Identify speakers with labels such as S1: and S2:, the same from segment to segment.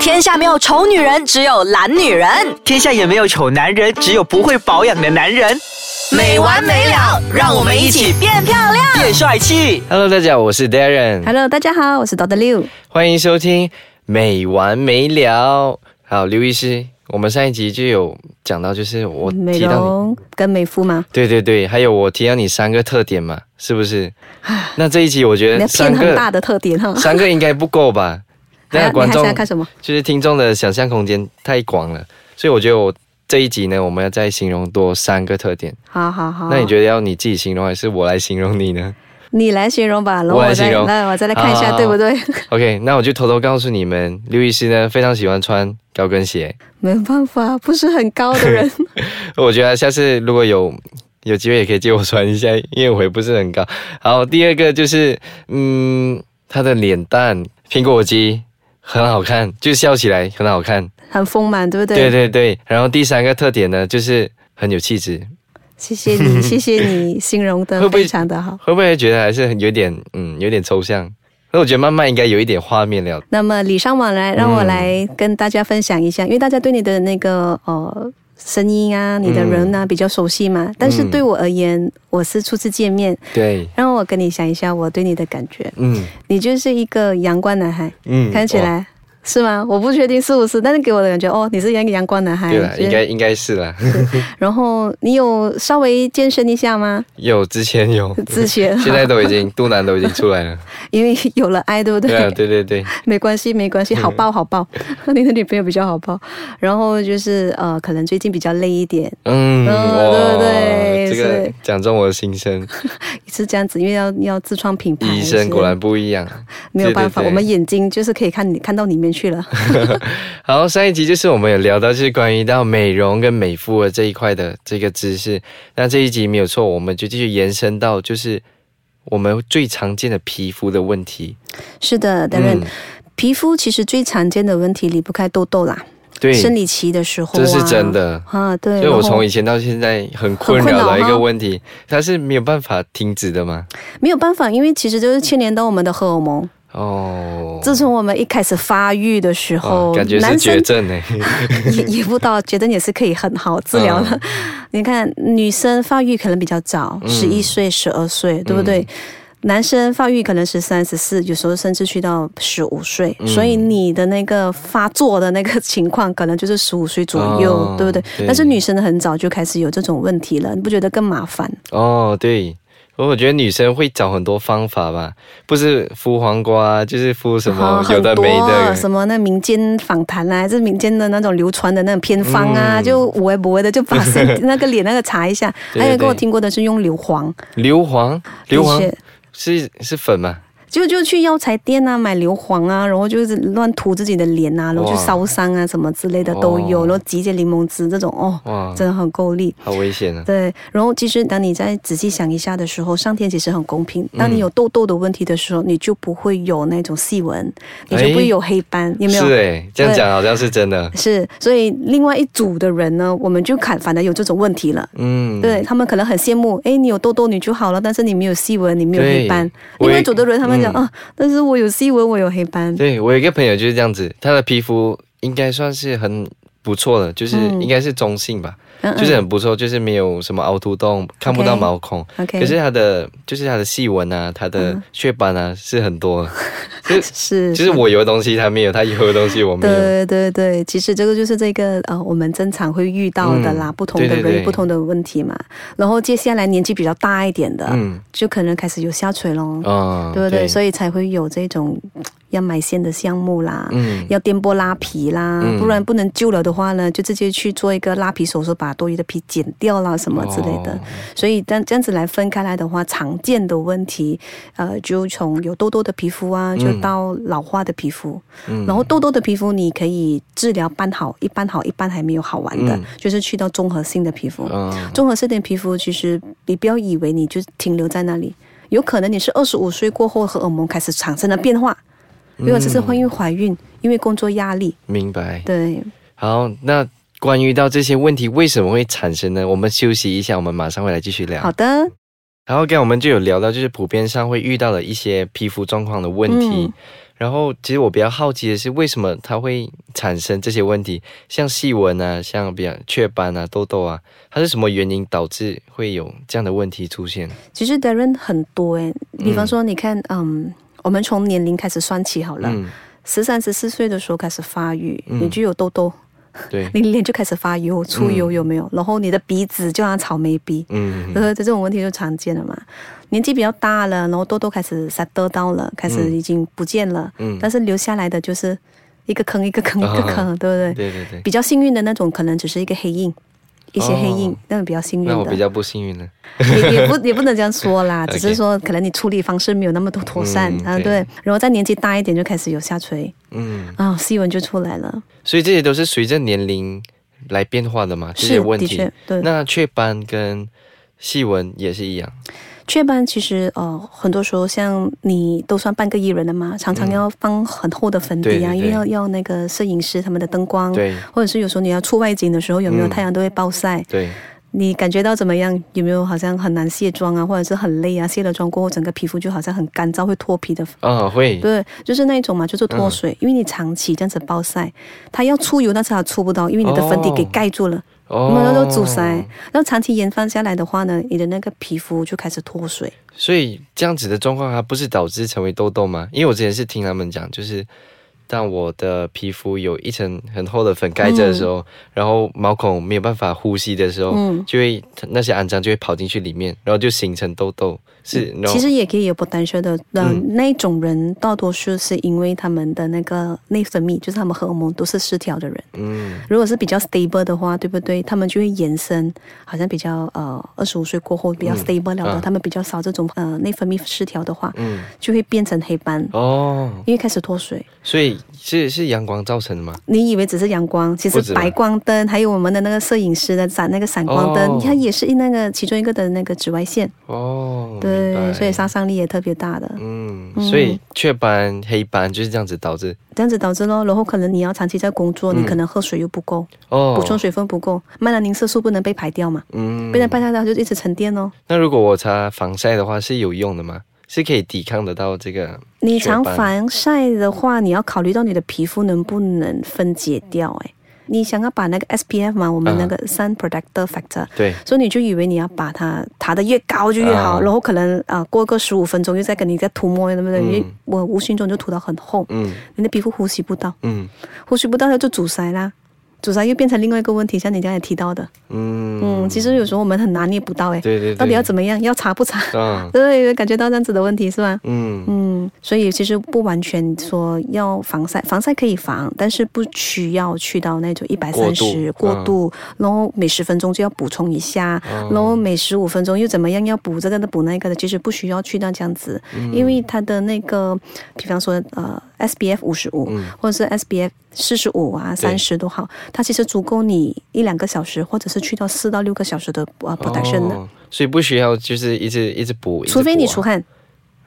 S1: 天下没有丑女人，只有懒女人。
S2: 天下也没有丑男人，只有不会保养的男人。
S1: 没完没了，让我们一起变漂亮。
S2: 变帅气。
S3: Hello，大家好，我是 Darren，
S4: 嗯 Hello，大家好，我是 Dot 六。
S3: 欢迎收听《美完没了》。好，刘医师，我们上一集就有讲到，就是我
S4: 美
S3: 提到你，
S4: 容跟美肤吗？
S3: 对对对，还有我提到你三个特点嘛，是不是？那这一集我觉
S4: 你
S3: 得
S4: 要
S3: 三
S4: 偏很大
S3: 个
S4: 的特点哈。
S3: 三个应该不够 吧？
S4: 还
S3: 那
S4: 要啊你还
S3: 啊观
S4: 想
S3: 众
S4: 要看什么？
S3: 就是听众的想象空间太广了，所以我觉得我这一集呢，我们要再形容多三个特点。
S4: 好好好。
S3: 那你觉得要你自己形容，还是我来形容你呢？
S4: 你来形容吧，然后
S3: 我来
S4: 我再
S3: 形容啊
S4: 来我再来看一
S3: 好好
S4: 下，
S3: 好
S4: 对不对？
S3: OK，那我就偷偷告诉你们，刘医师呢非常喜欢穿高跟鞋。
S4: 没办法，不是很高 的人。
S3: 我觉得下次如果有有机会，也可以借我穿一下，因为我也不是很高。好，第二个就是，嗯，他的脸蛋苹果肌很好看，就笑起来很好看。
S4: 很丰满，对不对？
S3: 对对对。然后第三个特点呢，就是很有气质。
S4: 谢谢 你，谢谢你形容
S3: 会
S4: 的
S3: 不会
S4: 非常的好。
S3: 会不会觉得还是很有点，嗯，有点抽象？那我觉得慢慢应该有一点画面了。
S4: 那么礼尚往来，让我
S3: 嗯
S4: 来跟大家分享一下，因为大家对你的那个呃声音啊、你的人啊、比较熟悉嘛，但是
S3: 嗯
S4: 对我而言，我是初次见面，
S3: 对，
S4: 让我跟你想一下我对你的感觉。
S3: 嗯
S4: 你就是一个阳光男孩，
S3: 嗯
S4: 看起来、是吗？我不确定是不是，但是给我的感觉哦，你是一个阳光男
S3: 哇
S4: 孩。
S3: 对了，
S4: 就是
S3: 应该。应该是啦。
S4: 然后你有稍微健身一 下吗？
S3: 有之前有，
S4: 之 前
S3: 现在都已经肚腩都已经出来 了。
S4: 因为有了爱，对不对？
S3: 对啊，嗯对对对，
S4: 没关系，没关系，好抱好抱， 你的女朋友比较好抱。然后就是呃，可能最近比较累一点，
S3: 嗯，
S4: 嗯
S3: 哇
S4: 对对对
S3: 这个
S4: 是
S3: 讲中我的心声。
S4: 是这样子，因为要要自创品牌。
S3: 医生果然不一样。
S4: 哎没有办法，
S3: 对对对
S4: 我们眼睛就是可以看你看到里面去了。
S3: 好，上一集就是我们有聊到就是关于到美容跟美肤的这一块的这个知识，那这一集没有错，我们就继续延伸到就是我们最常见的皮肤的问题。
S4: 是
S3: 嗯
S4: 的，当然、，皮肤其实最常见的问题离不开痘痘啦，
S3: 对，
S4: 生理期的时候、啊，
S3: 这是真的。
S4: 啊，对。
S3: 所以我
S4: 然后
S3: 从以前到现在很困
S4: 很困
S3: 扰
S4: 扰
S3: 的一个
S4: 哈
S3: 问题，它是没有办法停止的吗？
S4: 没有办法，因为其实就是牵连到我们的荷尔蒙。
S3: 哦，
S4: 自从我们一开始发育的时候，
S3: 哇哦感觉是
S4: 男
S3: 绝
S4: 生
S3: 症哎、
S4: 也 也不到，觉得也是可以很好治疗的。 你看，女生发育可能比较早，
S3: 嗯
S4: 十一岁、十二岁，对不对？男生发育可能十三、十四，有时候甚至去到十五岁，
S3: 嗯
S4: 所以你的那个发作的那个情况，可能就是十五岁左右，
S3: 哦
S4: 对不对？
S3: 对
S4: 但是女生很早就开始有这种问题了，你不觉得更麻烦？
S3: 哦，对，我觉得女生会找很多方法吧，不是敷黄瓜，就是敷什么
S4: 啊
S3: 有
S4: 很
S3: 的
S4: 多
S3: 没的。
S4: 什么那民间访谈啊，还是民间的那种流传的那种偏方啊，
S3: 嗯
S4: 就无为不为的就把身那个脸那个擦一下。 哎
S3: 对对
S4: 还有一个
S3: 对
S4: 我听过的是用硫磺，
S3: 硫磺，
S4: 的
S3: 硫磺
S4: 确
S3: 是是粉嘛？
S4: 就就去药材店啊买硫磺啊，然后就是乱涂自己的脸啊，然后
S3: 哇
S4: 去烧伤啊什么之类的都有，
S3: 哦
S4: 然后挤一些柠檬汁这种哦，
S3: 哇，
S4: 真的很够力。
S3: 好危险啊！
S4: 对，然后其实当你再仔细想一下的时候，上天其实很公平。
S3: 嗯
S4: 当你有痘痘的问题的时候，你就不会有那种细纹，你就不
S3: 哎
S4: 会有黑斑，有没有？
S3: 是哎，这样
S4: 对
S3: 讲好像是真的。
S4: 是，所以另外一组的人呢，我们就看，反而有这种问题了。
S3: 嗯，
S4: 对他们可能很羡慕，哎，你有痘痘你就好了，但是你没有细纹，你没有
S3: 对
S4: 黑斑。
S3: 我
S4: 另外
S3: 也
S4: 一组的人他们
S3: 嗯
S4: 讲、啊，但是我有细纹，我有黑斑。
S3: 对我有一个朋友就是这样子，他的皮肤应该算是很不错的，就是
S4: 嗯
S3: 应该是中性吧，
S4: 嗯嗯
S3: 就是很不错，就是没有什么凹凸洞，看不到
S4: OK
S3: 毛孔。
S4: OK，嗯
S3: 可是他的就是他的细纹啊，他的雀斑啊是很多 的，就是
S4: 是
S3: 就是我有的东西他没有，他有的东西我没有。
S4: 对对对，其实这个就是这个呃，我们正常会遇到的啦，
S3: 嗯
S4: 不同的
S3: 对
S4: 人
S3: 对对
S4: 不同的问题嘛。然后接下来年纪比较大一点的，
S3: 嗯
S4: 就可能开始有下垂咯，
S3: 啊
S4: 对不对？所
S3: 以
S4: 以才会有这种嗯要埋线的项目啦。
S3: 嗯
S4: 要电波拉皮啦，
S3: 嗯
S4: 不然不能救了的话呢，就直接去做一个拉皮手术，把多余的皮剪掉啦，什么之类的。
S3: 哦
S4: 所以，但这样子来分开来的话，常见的问题，呃，就从有痘痘的皮肤
S3: 嗯
S4: 啊，就到老化的皮肤。然后痘痘的皮肤你可以治疗半好，一半好，一半还没有好完的，
S3: 嗯
S4: 就是去到综合性的皮肤。
S3: 嗯
S4: 综合性的皮肤其实你不要以为你就停留在那里，有可能你是二十五岁过后荷尔蒙开始产生了变化，因为这是因为怀孕，因为工作压力，
S3: 嗯明白。
S4: 对。
S3: 好，那关于到这些问题为什么会产生呢？我们休息一下，我们马上回来继续聊。
S4: 好的，
S3: 然后刚才我们就有聊到，就是普遍上会遇到的一些皮肤状况的问题。
S4: 嗯
S3: 然后，其实我比较好奇的是，为什么它会产生这些问题？像细纹啊，像比较雀斑啊、痘痘啊，它是什么原因导致会有这样的问题出现？
S4: 其实 Darren 很多诶，比方说，你看，嗯，我们从年龄开始算起好了，
S3: 嗯，
S4: 十三、十四岁的时候开始发育，
S3: 嗯
S4: 你就有痘痘，
S3: 对，
S4: 你脸就开始发油、出油，有没有？然后你的鼻子就像草莓鼻，
S3: 嗯
S4: 然后这种问题就常见了嘛。年纪比较大了，然后痘痘开始塞得到了，开始已经不见了，
S3: 嗯，啊
S4: 但是留下来的就是一个坑一个坑一个坑，对不对？
S3: 对对对，
S4: 比较幸运的那种，可能只是一个黑印，一些黑印，
S3: 哦
S4: 那种比较幸运
S3: 那我比
S4: 的，
S3: 较不幸运了。
S4: 也也不也不能这样说啦， 只
S3: OK
S4: 是说可能你处理方式没有那么多妥善
S3: 嗯
S4: 啊，
S3: 对
S4: 对。然后再年纪大一点就开始有下垂
S3: 嗯，
S4: 啊，细纹就出来了，
S3: 所以这些都是随着年龄来变化的嘛，这些
S4: 是
S3: 问
S4: 的
S3: 题
S4: 确。对。
S3: 那雀斑跟细纹也是一样。
S4: 雀斑其实呃，很多时候像你都算半个艺人了嘛，常常要放很厚的粉底啊，
S3: 嗯对对对
S4: 因为要要那个摄影师他们的灯光，
S3: 对
S4: 或者是有时候你要出外景的时候，有没有
S3: 嗯
S4: 太阳都会暴晒？
S3: 对，
S4: 你感觉到怎么样？有没有好像很难卸妆啊，或者是很累啊？卸了妆过后，整个皮肤就好像很干燥，会脱皮的。
S3: 啊、会。
S4: 对，就是那一种嘛，就是脱水，因为你长期这样子暴晒，它要出油，但是它出不到，因为你的粉底给
S3: 哦
S4: 盖住了，
S3: 哦
S4: 我们、都阻塞。然后长期研发下来的话呢，你的那个皮肤就开始脱水。
S3: 所以这样子的状况，它不是导致成为痘痘吗？因为我之前是听他们讲，就是当我的皮肤有一层很厚的粉盖着的时候，然后毛孔没有办法呼吸的时候，
S4: 嗯
S3: 就会那些肮脏就会跑进去里面，然后就形成痘痘。是，然后
S4: 其实也可以有 potential 的，嗯、
S3: 嗯
S4: 那一种人大多数是因为他们的那个内分泌，就是他们荷尔蒙都是失调的人。
S3: 嗯
S4: 如果是比较 stable 的话，对不对？他们就会延伸，好像比较呃二十五岁过后比较
S3: 嗯
S4: stable 了的，
S3: 啊
S4: 他们比较少这种呃内分泌失调的话，
S3: 嗯
S4: 就会变成黑斑，
S3: 哦，
S4: 因为开始脱水。
S3: 所以是是阳光造成的吗？
S4: 你以为只是阳光，其
S3: 不
S4: 实
S3: 止啊吧
S4: 白光灯，还有我们的那个摄影师的闪那个闪光灯，
S3: 哦
S4: 它也是那个其中一个的那个紫外线，
S3: 哦，明白
S4: 对，所以杀伤力也特别大的。
S3: 嗯，
S4: 嗯
S3: 所以雀斑、黑斑就是这样子导致
S4: 这样子导致咯，然后可能你要长期在工作，
S3: 嗯
S4: 你可能喝水又不够，
S3: 哦，
S4: 补充水分不够，曼兰宁色素不能被排掉嘛，
S3: 嗯
S4: 不能排掉它就一直沉淀哦。
S3: 那如果我擦防晒的话，是有用的吗？是可以抵抗得到这个
S4: 你
S3: 雀斑
S4: 常防晒的话，你要考虑到你的皮肤能不能分解掉、哎，你想要把那个 SPF 嘛，我们
S3: 嗯
S4: 那个 Sun Protector Factor，、
S3: 对
S4: 所以你就以为你要把它爬得越高就越好，
S3: 嗯
S4: 然后可能啊、呃过个十五分钟又再跟你再涂抹，对不对？
S3: 嗯
S4: 因为我无形中就涂到很厚，
S3: 嗯
S4: 你的皮肤呼吸不到，
S3: 嗯
S4: 呼吸不到它就阻塞啦，阻塞又变成另外一个问题，像你刚才提到的，
S3: 嗯
S4: 嗯，其实有时候我们很拿捏不到哎，
S3: 对对对，
S4: 到底要怎么样，要查不查？
S3: 啊
S4: 对，有感觉到这样子的问题是吧？
S3: 嗯
S4: 嗯，所以其实不完全说要防晒，防晒可以防，但是不需要去到那种一百
S3: 过
S4: 三
S3: 度
S4: 十过度，然后每十分钟就要补充一下，
S3: 嗯
S4: 然后每十五分钟又怎么样要补这个的补那个的，其实不需要去到这样子，
S3: 嗯
S4: 因为它的那个，比方说呃 SPF 五十五
S3: 嗯
S4: 或者是 SPF 四十五啊
S3: 对
S4: 三十都好，它其实足够你一两个小时，或者是去到四到六个小时的呃 protection 的。
S3: 哦，所以不需要就是一直一直补，一直
S4: 除非你
S3: 补
S4: 出
S3: 啊，
S4: 汗，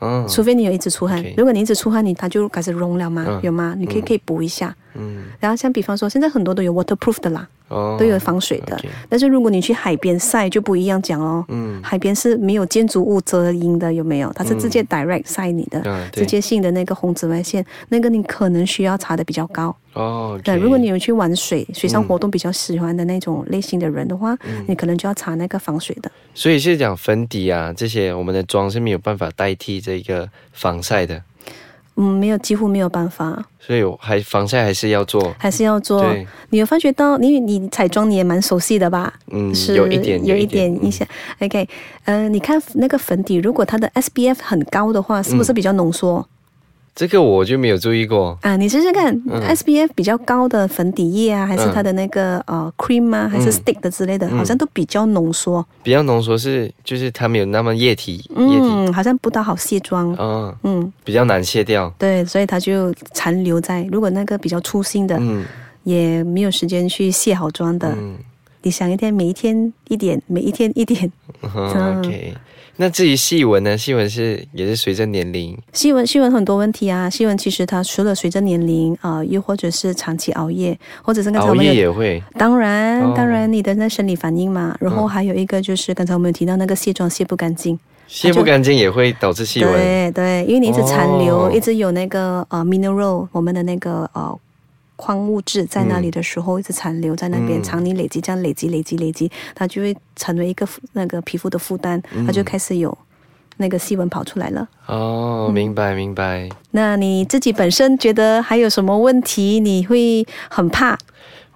S3: 嗯
S4: 除非你有一直出汗
S3: OK，
S4: 如果你一直出汗，你它就开始融了嘛，
S3: 嗯
S4: 有吗？你可以
S3: 嗯
S4: 可以补一下。
S3: 嗯
S4: 然后像比方说，现在很多都有 waterproof 的啦，
S3: 哦
S4: 都有防水的。
S3: OK
S4: 但是如果你去海边晒就不一样讲哦，
S3: 嗯
S4: 海边是没有建筑物遮阴的，有没有？它是直接 direct 晒你的，
S3: 嗯啊对
S4: 直接性的那个红紫外线，那个你可能需要查的比较高。
S3: 哦，
S4: 对，
S3: OK 嗯
S4: 如果你有去玩水、水上活动比较喜欢的那种类型的人的话，你可能就要查那个防水的。
S3: 所以是讲粉底啊这些我们的妆是没有办法代替这个防晒的，
S4: 嗯，没有，几乎没有办法。
S3: 所以我还防晒还是要做，
S4: 还是要做
S3: 对。
S4: 你有发觉到，你你彩妆你也蛮熟悉的吧？
S3: 嗯
S4: 是
S3: 有一点
S4: 有
S3: 有一
S4: 一
S3: 点
S4: 点
S3: 嗯
S4: 印象。OK，呃，你看那个粉底，如果它的 SPF 很高的话，是
S3: 嗯
S4: 不是比较浓缩、
S3: 这个我就没有注意过，
S4: 啊？你试试看、
S3: 嗯
S4: SPF 比较高的粉底液啊，还是
S3: 嗯
S4: 它的那个、呃 cream 啊，还是 stick 的之类的，好像都比较浓缩。
S3: 比较浓缩是就是它没有那么液体，液体。
S4: 嗯，好像不大好卸妆。
S3: 嗯，
S4: 嗯，
S3: 比较难卸掉。
S4: 对，所以它就残留在。如果那个比较粗心的，
S3: 嗯
S4: 也没有时间去卸好妆的。
S3: 嗯
S4: 你想一天，每一天一点，每一天一点，
S3: 嗯，OK。那至于细纹呢？细纹是也是随着年龄，
S4: 细纹，细纹很多问题啊。细纹其实它除了随着年龄啊、呃又或者是长期熬夜，或者是刚才
S3: 熬
S4: 我们
S3: 夜
S4: 有，
S3: 也会。
S4: 当然
S3: 哦，嗯
S4: 当然你的那生理反应嘛。然后还有一个就是刚才我们有提到那个卸妆卸不干净，
S3: 卸不干净也会导致细纹。
S4: 对对，因为你一直残留，
S3: 哦
S4: 一直有那个呃 mineral，我们的那个呃矿物质在那里的时候，一直残留在那边，
S3: 嗯
S4: 常年累积，这样累积累积累积，它就会成为一个负那个皮肤的负担，
S3: 嗯
S4: 它就开始有那个细纹跑出来了。
S3: 哦，明白明白。
S4: 那你自己本身觉得还有什么问题？你会很怕？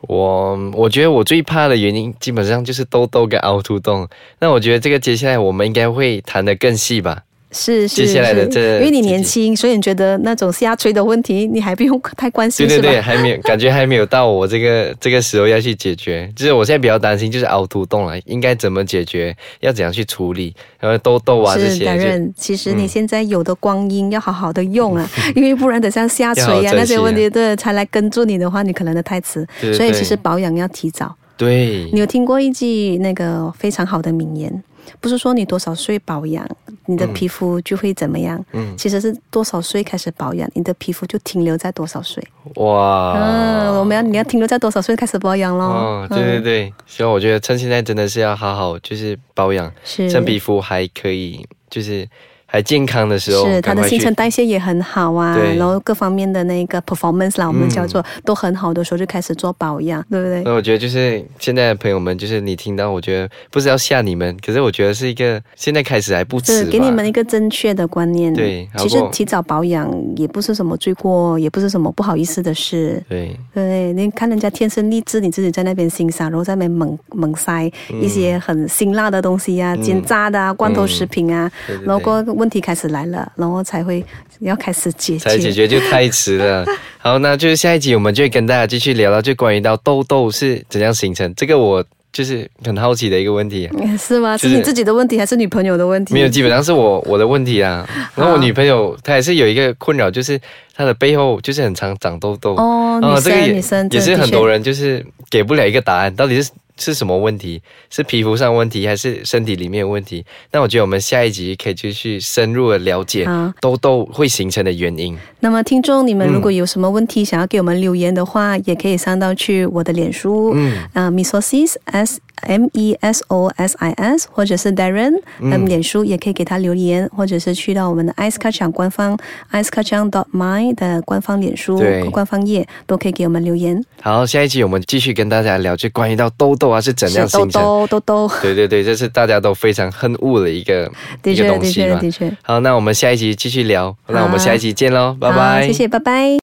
S3: 我我觉得我最怕的原因基本上就是痘痘跟凹凸洞。那我觉得这个接下来我们应该会谈得更细吧。
S4: 是
S3: 接
S4: 是
S3: 下来的
S4: 是
S3: 这
S4: 因为你
S3: 几
S4: 年
S3: 集
S4: 轻，所以你觉得那种下垂的问题，你还不用太关
S3: 对
S4: 心，
S3: 对对，
S4: 是吧？
S3: 还 没有，感觉还没有到我这个这个时候要去解决。就是我现在比较担心，就是凹凸洞了，应该怎么解决，要怎样去处理，然后痘痘啊这
S4: 是
S3: 些
S4: 担
S3: 就。
S4: 任，其实你
S3: 嗯
S4: 现在有的光阴要好好的 用啊，因为不然等下下
S3: 要好好
S4: 垂呀、
S3: 珍
S4: 那些
S3: 惜
S4: 问
S3: 啊
S4: 题，对，才来跟住你的话，你可能的太迟。
S3: 对对
S4: 所以其
S3: 对
S4: 实保养要提早。
S3: 对
S4: 你，有听过一句那个非常好的名言，不是说你多少岁保养，你的皮肤就会怎么样，
S3: 嗯，
S4: 其实是多少岁开始保养，你的皮肤就停留在多少岁。
S3: 哇，
S4: 嗯，我们要你要停留在多少岁开始保养咯？
S3: 哦，对对
S4: 嗯，
S3: 对，所以我觉得趁现在真的是要好好就是保养，
S4: 是
S3: 趁皮肤还可以，就是还健康的时候，
S4: 是它
S3: 哦赶
S4: 的
S3: 快
S4: 新
S3: 去
S4: 陈代谢也很好啊
S3: 对，
S4: 然后各方面的那个 performance 啦，我们
S3: 嗯
S4: 叫做、都很好的时候就开始做保养，对不对？
S3: 那我觉得就是现在的朋友们，就是你听到，我觉得不是要吓你们，可是我觉得是一个现在开始还不迟
S4: 是
S3: 吧。
S4: 给你们一个正确的观念。
S3: 对好
S4: 其实
S3: 过
S4: 提早保养也不是什么罪过，也不是什么不好意思的事。
S3: 对
S4: 对，你看人家天生丽质，你自己在那边欣赏，然后在那边猛猛塞
S3: 嗯
S4: 一些很辛辣的东西呀、煎炸的啊、罐头食品啊，
S3: 嗯对对
S4: 然后
S3: 对
S4: 过后问题开始来了，然后才会要开始解 决。
S3: 才解决就太迟了。好，那就是下一集我们就会跟大家继续聊到，就关于到痘痘是怎样形成，这个我就是很好奇的一个问题。
S4: 是吗？
S3: 就是是
S4: 你自己的问题还是女朋友的问题？
S3: 没有，基本上是我我的问题 啊。然后我女朋友她也是有一个困扰，就是她的背后就是很常长痘痘。
S4: 哦，
S3: 啊，
S4: 女
S3: 这个
S4: 生
S3: 也
S4: 女生
S3: 也
S4: 这
S3: 是
S4: 的
S3: 很
S4: 确
S3: 多人就是给不了一个答案，到底是是什么问题？是皮肤上问题，还是身体里面有问题？那我觉得我们下一集可以继续深入的了解
S4: 好
S3: 痘痘会形成的原因。
S4: 那么，听众你们
S3: 嗯
S4: 如果有什么问题想要给我们留言的话，也可以上到去我的脸书，
S3: 嗯
S4: 啊、m i s o s i s S M E S O S I S，或者是 Darren，嗯、脸书也可以给他留言，或者是去到我们的 Ice 卡场官方 Ice 卡场 dot my 的官方脸书
S3: 对
S4: 官方页都可以给我们留言。
S3: 好，下一集我们继续跟大家聊，就关于到痘痘啊是怎样
S4: 是
S3: 形
S4: 豆
S3: 成。
S4: 豆豆豆，
S3: 对对对，这是大家都非常恨恶的一个
S4: 的
S3: 一个
S4: 确
S3: 东
S4: 的
S3: 西
S4: 确
S3: 嘛。
S4: 的确。
S3: 好，那我们下一集继续聊，那我们下一集见喽，拜
S4: 好
S3: 拜。
S4: 谢谢，拜拜。